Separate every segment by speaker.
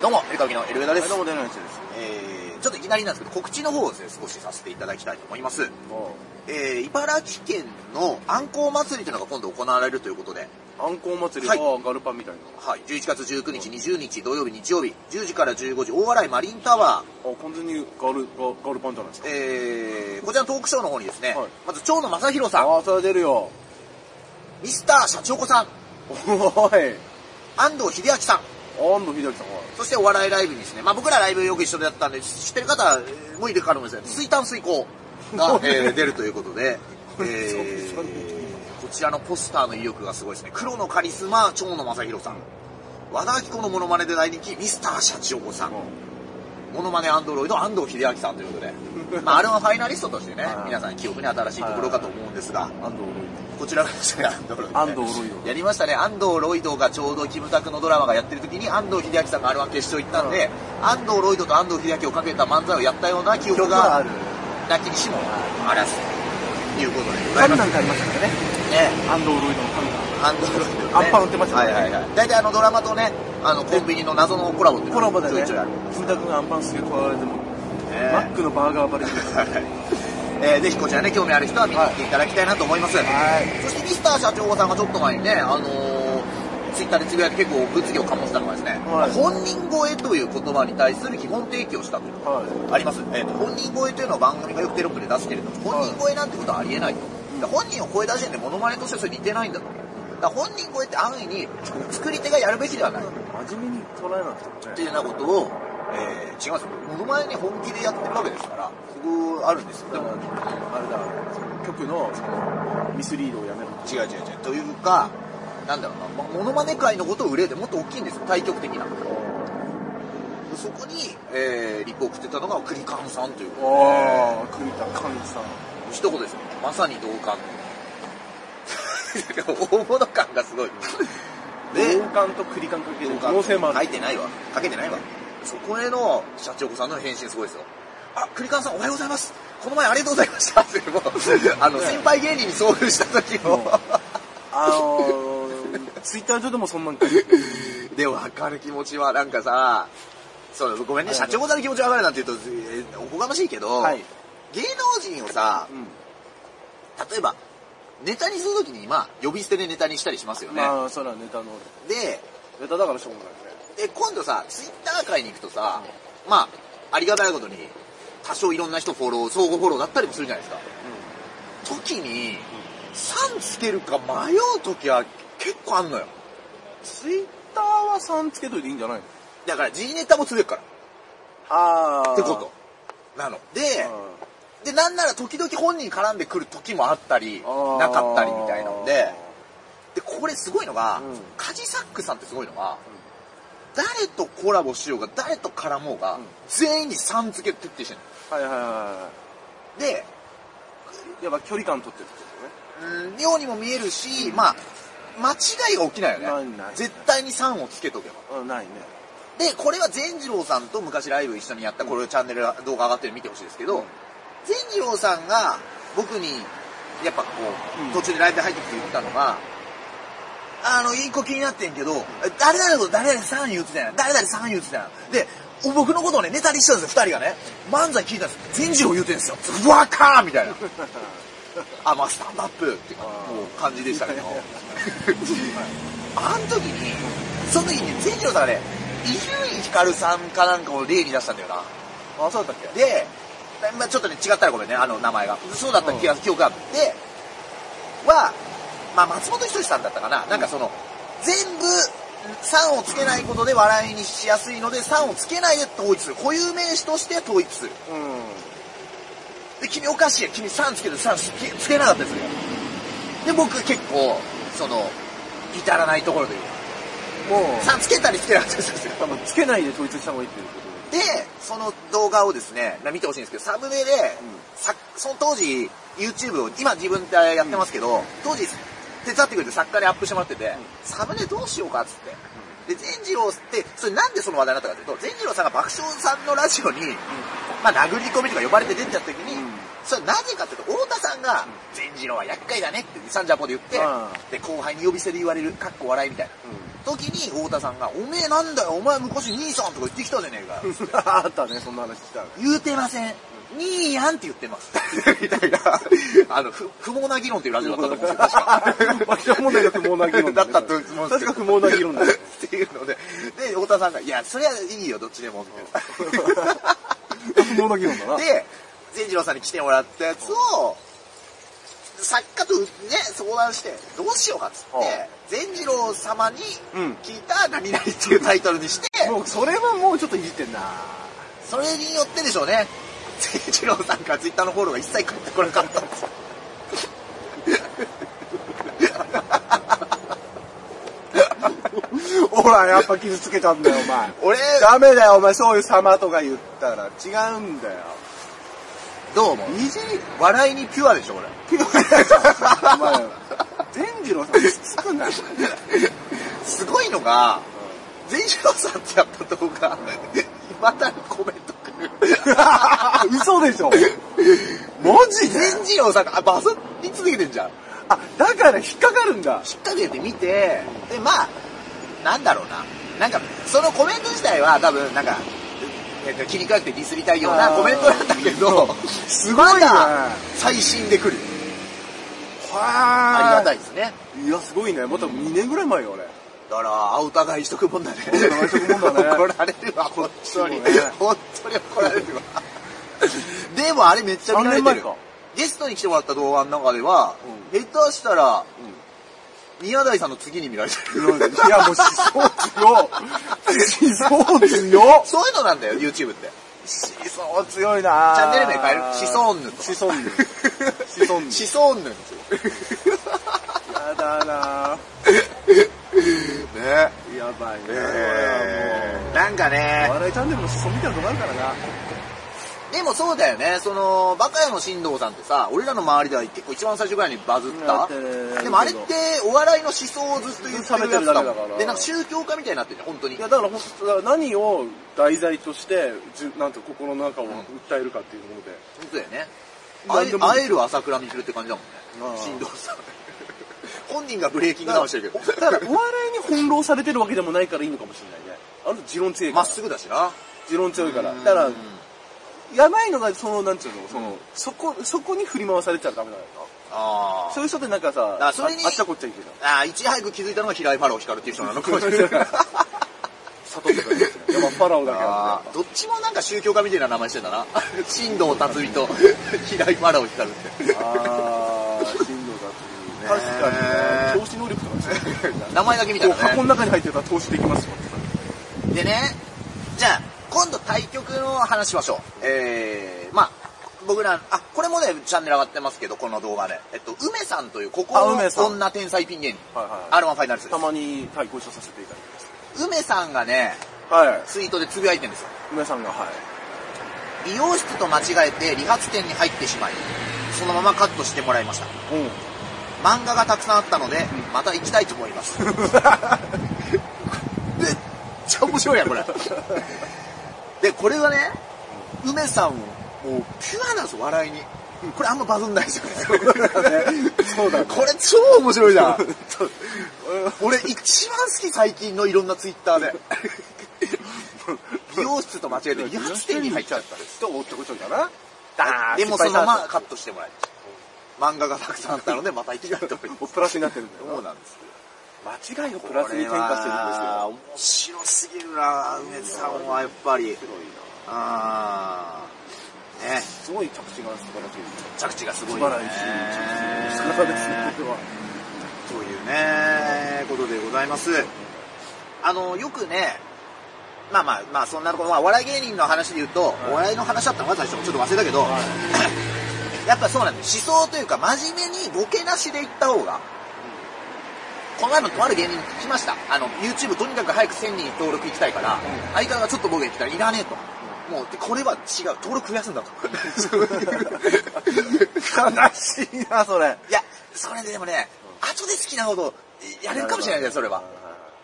Speaker 1: どうも、エリカウキのエルベダです。
Speaker 2: どうも、デノイチです。
Speaker 1: えー、ちょっといきなりなんですけど、告知の方をですね、少しさせていただきたいと思います。えー、茨城県のあんこう祭りというのが今度行われるということで、
Speaker 2: あんこう祭り、
Speaker 1: は
Speaker 2: はいガルパンみたいな。
Speaker 1: はい、11月19日、20日、土曜日、日曜日、10時から15時、大洗マリンタワ
Speaker 2: あ、完全にガル、ガガルパンじゃないです
Speaker 1: ー、
Speaker 2: か。
Speaker 1: えー、こちらのトークショーの方にですね、
Speaker 2: はい
Speaker 1: まず、蝶野正宏さん、
Speaker 2: ああ、それ出るよ。
Speaker 1: ミスターシャチョコさん、
Speaker 2: おい。
Speaker 1: 安藤秀明さん、
Speaker 2: 安野秀明さん、おい。
Speaker 1: そしてお笑いライブにですね、まあ僕らライブよく一緒でやったんで、知ってる方もいるかと思いますけど、水炭水耕が、えー出るということで、えー
Speaker 2: そうそう
Speaker 1: こちらのポスターの威力がすごいですね。黒のカリスマ、蝶野正宏さん。和田アキ子のモノマネで大人気、ミスターシャチオコさん。モノマネアンドロイド、安藤秀明さんということで。まああれはファイナリストとしてね
Speaker 2: は、い
Speaker 1: 皆さん記憶に新しいところかと思うんですが、
Speaker 2: 安藤ロ
Speaker 1: こちらがですね、安藤ロイド、ね。
Speaker 2: 安藤ロイド
Speaker 1: やりましたね。安藤ロイドがちょうどキムタクのドラマがやってる時に安藤秀明さんが R1 決勝行ったんで、安藤ロイドと安藤秀明をかけた漫才をやったような記
Speaker 2: イド。
Speaker 1: 憶が、
Speaker 2: る。
Speaker 1: なきにしもあらず、ということでございます。
Speaker 2: 神な
Speaker 1: ね
Speaker 2: んかありましたからね。安藤ロイドの神が。
Speaker 1: 安藤ロイド、ね。
Speaker 2: アッパー乗ってました
Speaker 1: ね。
Speaker 2: ね
Speaker 1: はいはいはい。大体あのドラマとね、あのコンビニの謎のコラボっていうのが
Speaker 2: コラボだよ
Speaker 1: ちょいちょいある
Speaker 2: ね。キムタクがアンパンすげえ食われても、
Speaker 1: え
Speaker 2: マックのバーガーバレてる。
Speaker 1: はいはいえーぜひこちらね、興味ある人は見に来ていただきたいなと思います。
Speaker 2: はい。
Speaker 1: そしてミスター社長さんがちょっと前にね、あのー、ツイッターでつぶやいて結構物議を醸したのがですね、
Speaker 2: はい
Speaker 1: 本人超えという言葉に対する基本提起をしたというの
Speaker 2: は
Speaker 1: があります。えーと本人超えというのは番組がよくテロップで出すけれども、
Speaker 2: は
Speaker 1: 本
Speaker 2: い
Speaker 1: 人超えなんてことはありえないと。だから本人を超え出してんでモノマネとしてはそれ似てないんだと。だから本人超えって安易に作り手がやるべきではない。
Speaker 2: い。真面目に捉えなくても
Speaker 1: って
Speaker 2: ね。
Speaker 1: いうようなことを、えー違いますよ。モノマネに本気でやってるわけですから、そこあるんですよ。
Speaker 2: だ
Speaker 1: で
Speaker 2: か
Speaker 1: も
Speaker 2: ら、あれだ、その局の、その、ミスリードをやめろ。
Speaker 1: 違う違う違う。というか、なんだろうな、まモノマネ界のことを憂えてもっと大きいんですよ、対局的な。そこに、えー、立候補してたのが栗勘さんという、
Speaker 2: ああ、栗田神さん。
Speaker 1: 一言ですよ。まさに同感。 大物感がすごい。で
Speaker 2: 同、感と栗感かけてる
Speaker 1: 同
Speaker 2: 可
Speaker 1: 感
Speaker 2: 能性もある
Speaker 1: 書い。てないわ。書けてないわ。そこへの社長さんの返信すごいですよ。あ、栗勘さんおはようございます。この前ありがとうございました。ってもうあの、
Speaker 2: ね
Speaker 1: 先輩芸人に遭遇した時の、
Speaker 2: あの ー、ツイッター上でもそんなんか。
Speaker 1: で、わかる気持ちは、なんかさ、そう、ごめんね、
Speaker 2: はい
Speaker 1: 社長さんの気持ちわかるなんて言うと、えーおこがましいけど、
Speaker 2: はい。
Speaker 1: 芸能人をさ
Speaker 2: う、ん。
Speaker 1: 例えば、ネタにするときに、まあ、呼び捨てでネタにしたりしますよね。
Speaker 2: まあ、それはネタの、
Speaker 1: で、
Speaker 2: ネタだからしょうがないね。
Speaker 1: で、今度さ、ツイッター界に行くとさ、まあ、ありがたいことに、多少いろんな人フォロー、相互フォローだったりもするじゃないですか。時に、さんつけるか迷うときは結構あんのよ。
Speaker 2: ツイッターは3つけといていいんじゃないの
Speaker 1: だから G ネタもつぶやくから。
Speaker 2: ああ。
Speaker 1: ってこと。。なの。で、で、なんなら時々本人絡んでくる時もあったり、なかったりみたいなので、で、これすごいのが、
Speaker 2: うん
Speaker 1: カジサックさんってすごいのが、誰とコラボしようが、誰と絡もうが、
Speaker 2: うん
Speaker 1: 全員にさん付けを徹底してる
Speaker 2: はいはいはいは
Speaker 1: で、
Speaker 2: い。やっぱ距離感取ってるってことね。
Speaker 1: うん、ようにも見えるし、まあ、間違いが起きないよ
Speaker 2: ない
Speaker 1: ね
Speaker 2: ない。
Speaker 1: 絶対に3をつけとけば。
Speaker 2: うん、ないね。
Speaker 1: で、これは善次郎さんと昔ライブ一緒にやった、これチャンネル動画上がってるの見てほしいですけど、善次郎さんが僕に、やっぱこ
Speaker 2: うん
Speaker 1: う、途中でライブで入ってきて言ったのが、あの、いい子気になってんけど、誰々のこと誰々さん言うてたやん。誰々さん言うてたやん。で、僕のことをね、ネタにしてたんですよ、二人がね。漫才聞いたんですよ。善次郎言うてんですよ。うわかーみたい な。あ、まあ、スタンドアップっていうか
Speaker 2: あー
Speaker 1: もう感じでしたけど。あん時に、その時に、善次郎さんがね、伊集院光さんかなんかを例に出したんだよな。
Speaker 2: あ、そうだったっけ
Speaker 1: で、まあ、ちょっとね、違ったらごめんね、あの名前が。そうだった気が、記憶があって、は、まあ、松本人志さんだったかな。なんかその、全部、3をつけないことで笑いにしやすいので、3をつけないで統一する。固有名詞として統一する。
Speaker 2: うん。
Speaker 1: で、君おかしいや。君3つけて3つけつけなかったですよ。で、僕結構、その、至らないところでいう
Speaker 2: もう、
Speaker 1: 3つけたりつけなかったりするんですよ。
Speaker 2: 多分つけないで統一した方がいいっていうこ
Speaker 1: で、その動画をですね、見てほしいんですけど、サムネで、さその当時、YouTube を、今自分でやってますけど、当時、手伝ってくれて作家でアップしてもらってて、サムネどうしようかっつって。で、善次郎って、それなんでその話題になったかというと、善次郎さんが爆笑さんのラジオに、まあ殴り込みとか呼ばれて出てた時に、
Speaker 2: うん
Speaker 1: それなぜかというと、太田さんが、善次郎は厄介だねって、サンジャポで言って
Speaker 2: う、
Speaker 1: で、後輩に呼び捨てで言われる、かっこ笑いみたいな。
Speaker 2: と
Speaker 1: 時に太田さんが、おめえなんだよ、お前昔兄さんとか言ってきたじゃねえか。
Speaker 2: あったね、そんな 話したら。
Speaker 1: 言うてません。兄やんって言ってます。 みたいな、あの、不不毛な議論っていうラジオだったと思うんですよ確か。
Speaker 2: 爆笑問題が不毛な議論
Speaker 1: だったと思うんです
Speaker 2: 確
Speaker 1: け
Speaker 2: か
Speaker 1: ど
Speaker 2: 不毛な議論だ よ。
Speaker 1: っていうので、で、太田さんが、いや、そりゃいいよ、どっちでも、みたいな。
Speaker 2: 不毛な議論だな。
Speaker 1: で、善次郎さんに来てもらったやつを、作家とね、相談して、どうしようかっつって
Speaker 2: う
Speaker 1: 善
Speaker 2: ん、
Speaker 1: 次郎様に
Speaker 2: うん
Speaker 1: 聞いた何々っていうタイトルにして、
Speaker 2: もう、それはもうちょっといじってんな。
Speaker 1: それによってでしょうね、善次郎さんからツイッターのフォローが一切返ってこなかったんですよ。
Speaker 2: ほら、やっぱ傷つけたんだよ、お前。
Speaker 1: 俺、
Speaker 2: ダメだよ、お前、そういう様とか言ったら。違うんだよ。
Speaker 1: どうも。
Speaker 2: いじり、
Speaker 1: 笑いにピュアでしょ、俺。
Speaker 2: お前、善次郎さん、きつくない
Speaker 1: すごいのが、善次郎さんってやった動画、 いまだにコメント来る。
Speaker 2: 嘘でしょマジ で
Speaker 1: 善次郎さんが、あ、バズり続けてんじゃん。
Speaker 2: あ、だから引っかかるんだ。
Speaker 1: 引っ掛けてみて、で、まあ、なんだろうな。なんか、そのコメント自体は多分、なんか、えっと、切り替えてディスりたいような
Speaker 2: あー
Speaker 1: コメントなんだけど、
Speaker 2: すごい
Speaker 1: ま
Speaker 2: ね
Speaker 1: だ最新で来る。あり
Speaker 2: は
Speaker 1: がたいですね。
Speaker 2: い。いや、すごいね。また2年ぐらい前よ、俺。
Speaker 1: だから、あ、お互いしとくもんだね。
Speaker 2: お互いしとくもんだ ね
Speaker 1: 怒られるわ、本当に
Speaker 2: こっちもね。
Speaker 1: 本当に怒られるわ。でもあれめっちゃ見られて
Speaker 2: 三年前
Speaker 1: る
Speaker 2: か。
Speaker 1: ゲストに来てもらった動画の中では、下手したら、宮台さんの次に見られてる。
Speaker 2: いや、もう思想強。思想強。
Speaker 1: そういうのなんだよ、YouTube って。
Speaker 2: 思想強いな
Speaker 1: チャンネル名変えるシソンヌと
Speaker 2: シソ ンヌ。シソンヌ。
Speaker 1: シソンヌですよ。
Speaker 2: やだな
Speaker 1: ね
Speaker 2: やばいね。
Speaker 1: えー、なんか
Speaker 2: もうお
Speaker 1: ね、
Speaker 2: 笑いチャンネルも思想みたいなとこあるからな。
Speaker 1: でもそうだよね、その、バカヤの進藤さんってさ、俺らの周りでは結構一番最初ぐらいにバズっ
Speaker 2: だ
Speaker 1: た
Speaker 2: ってね。
Speaker 1: でもあれってお笑いの思想をずっと言ってるやつだ
Speaker 2: 食べてるだけだか
Speaker 1: も
Speaker 2: ら
Speaker 1: ん。で、なんか宗教家みたいになってるじゃん、本当に
Speaker 2: い。やだから本当だから何を題材としてじゅなんと心の中を訴えるかっていうところ
Speaker 1: 本当だよね。あ
Speaker 2: 何
Speaker 1: え
Speaker 2: でも
Speaker 1: 会える朝倉未来って感じだもんね。
Speaker 2: あー
Speaker 1: 進藤さん。 本人がブレーキング
Speaker 2: で、
Speaker 1: ダウンしてるけ
Speaker 2: だからだから
Speaker 1: ど。
Speaker 2: お笑いに翻弄されてるわけでもないからいいのかもしれないねあの人持論強いか
Speaker 1: まっ
Speaker 2: ら
Speaker 1: すぐだしな。
Speaker 2: 持論強いからだから
Speaker 1: うん
Speaker 2: やばいのがそのなんちゅうのその、
Speaker 1: うん
Speaker 2: そこそこに振り回されちゃダメなのよ
Speaker 1: ああ。
Speaker 2: そういう人でなんかさ
Speaker 1: らそれに
Speaker 2: ああっちゃこっ ちゃいけた
Speaker 1: ああ、いち早く気づいたのが平井ファロー光るっていう人なの かもしれない。
Speaker 2: 悟ってくれるやっぱファラオだけ
Speaker 1: あ
Speaker 2: あ
Speaker 1: ーどっちもなんか宗教家みたいな名前して たな。神道辰巳と平井ファラオ光るって。
Speaker 2: あー進路だ
Speaker 1: ね
Speaker 2: 確かにね投資能力とかね
Speaker 1: 名前だけ見た
Speaker 2: こう
Speaker 1: ら
Speaker 2: 箱の
Speaker 1: ね。
Speaker 2: 中に入ってるから投資できますよ
Speaker 1: でね、じゃあ、今度対局の話しましょう。えー、まあ、僕ら、あ、これもね、チャンネル上がってますけど、この動画で。えっと、梅さんという、ここ
Speaker 2: あ梅さん
Speaker 1: の女天才ピン芸人。
Speaker 2: はいはい
Speaker 1: R1 ファイナリスト
Speaker 2: た
Speaker 1: で
Speaker 2: まに対抗者させていただきます
Speaker 1: す。梅さんがね、
Speaker 2: はい
Speaker 1: ツイートでつぶやいてるんですよ。
Speaker 2: 梅さんがはい
Speaker 1: 美容室と間違えて理髪店に入ってしまい、そのままカットしてもらいました。
Speaker 2: うん
Speaker 1: 漫画がたくさんあったので、また行きたいと思い ます。めっちゃ面白いやん、これ。で、これはね、梅さんも、もうピュアなんですよ、笑いに。これあんまバズんないですよね。
Speaker 2: そうだね
Speaker 1: これ超面白いじゃん。俺一番好き、最近のいろんなツイッタ ーで。美容室と間違えて、理髪店に入っちゃった。
Speaker 2: 人おってことだな
Speaker 1: でもそのままカットしてもらえた。漫画がたくさんあったので、また行きたいと思います。
Speaker 2: プラスになってるんだ
Speaker 1: そう
Speaker 2: よ
Speaker 1: なんです。
Speaker 2: 間違いをプラスに転化してるんですよ
Speaker 1: すよ。面白すぎるな、梅さんはやっぱり。あーね、
Speaker 2: すごい着地が素晴らしい
Speaker 1: 着地がすごい
Speaker 2: 素
Speaker 1: よ
Speaker 2: 晴
Speaker 1: ね。
Speaker 2: らしい着地の仕方ですねこれは
Speaker 1: というね、ことでございます。あの、よくね、まあまあまあそんなところ、まあお笑い芸人の話で言うと、
Speaker 2: い
Speaker 1: お笑いの話だったのか最初もちょっと忘れたけど、
Speaker 2: は
Speaker 1: やっぱそうなんです思想というか真面目にボケなしで言った方が、この前のとある芸人に聞きました。あの、YouTube とにかく早く1000人登録行きたいから、相方がちょっとボケ言ってたらいらねえと。もう、でこれは違う。登録増やすん だと。
Speaker 2: 悲しいなそれ
Speaker 1: いや、それででもね、後で好きなほどやれるかもしれないじゃん、それは。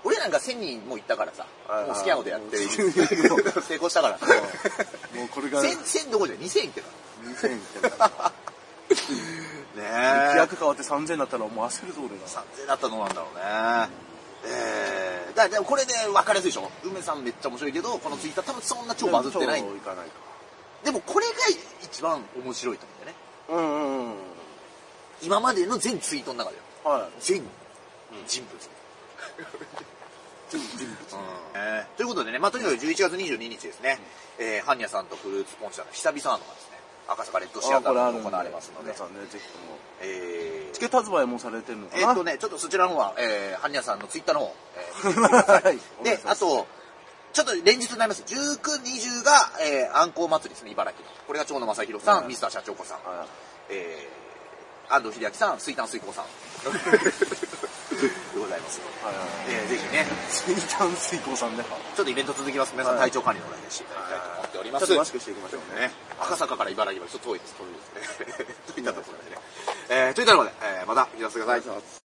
Speaker 1: 俺なんか1000人も行ったからさ
Speaker 2: はいは、い
Speaker 1: もう好きなことやって
Speaker 2: うん
Speaker 1: 成功したから。
Speaker 2: もうこれが
Speaker 1: 1000、1000どころじゃない2000行って
Speaker 2: 2000
Speaker 1: た。ね
Speaker 2: 規約変わって3000だったらもう焦るぞ俺が
Speaker 1: 3000だったらどうなんだろうね。えー、だからでもこれで分かりやすいでしょ梅さんめっちゃ面白いけど、このツイッター多分そんな超バズってない。
Speaker 2: いかないか。
Speaker 1: でもこれが一番面白いと思うんだよね。
Speaker 2: うんうんうん。
Speaker 1: 今までの全ツイートの中でよ。
Speaker 2: は
Speaker 1: 全 人物。全人物、えーということでね、まあ、とにかく11月22日ですね、えー、ハンニャさんとフルーツポンチさんの久々なのがですね、赤坂レッド
Speaker 2: い。
Speaker 1: シアターで
Speaker 2: んで
Speaker 1: 行われますので
Speaker 2: 皆、さんね、ぜひとも。
Speaker 1: えー
Speaker 2: チケット発売もされてるのかな
Speaker 1: えっとね、ちょっとそちらの方は、えー、ハンニャさんのツイッターの方、えー見てみてください。
Speaker 2: はい
Speaker 1: で、あ、と、ちょっと連日になります。19、20が、えー、アンコウ祭りですね、茨城の。これが長野正宏さん、
Speaker 2: はい
Speaker 1: ミスター社長子さん、
Speaker 2: は
Speaker 1: えー、安藤秀明さん、水炭水耕さ ん。でございます。
Speaker 2: いはいはい。
Speaker 1: えー、ぜひね、
Speaker 2: 水炭水耕さんね。
Speaker 1: ちょっとイベント続きます。皆さん
Speaker 2: はい
Speaker 1: 体調管理のお願いしていただきたいと思っております。
Speaker 2: ちょっとマスクしていきましょうね。
Speaker 1: ね、赤坂から 茨城までちょっと遠いです。遠いですね。といったところでね。えー、といったところで、えー、また、お聞きください。